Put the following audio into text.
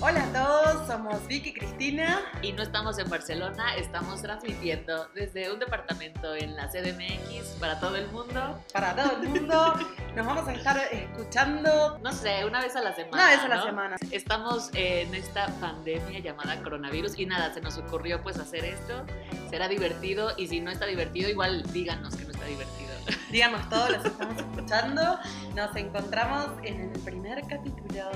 Hola a todos, somos Vicky y Cristina. Y no estamos en Barcelona, estamos transmitiendo desde un departamento en la CDMX para todo el mundo. Para todo el mundo, nos vamos a estar escuchando No sé, una vez a la semana. una vez a la ¿no? semana. Estamos eh, en esta pandemia llamada coronavirus y nada, se nos ocurrió pues hacer esto. Será divertido y si no está divertido, igual díganos que no está divertido. Díganos todos, los estamos escuchando. Nos encontramos en el primer capítulo.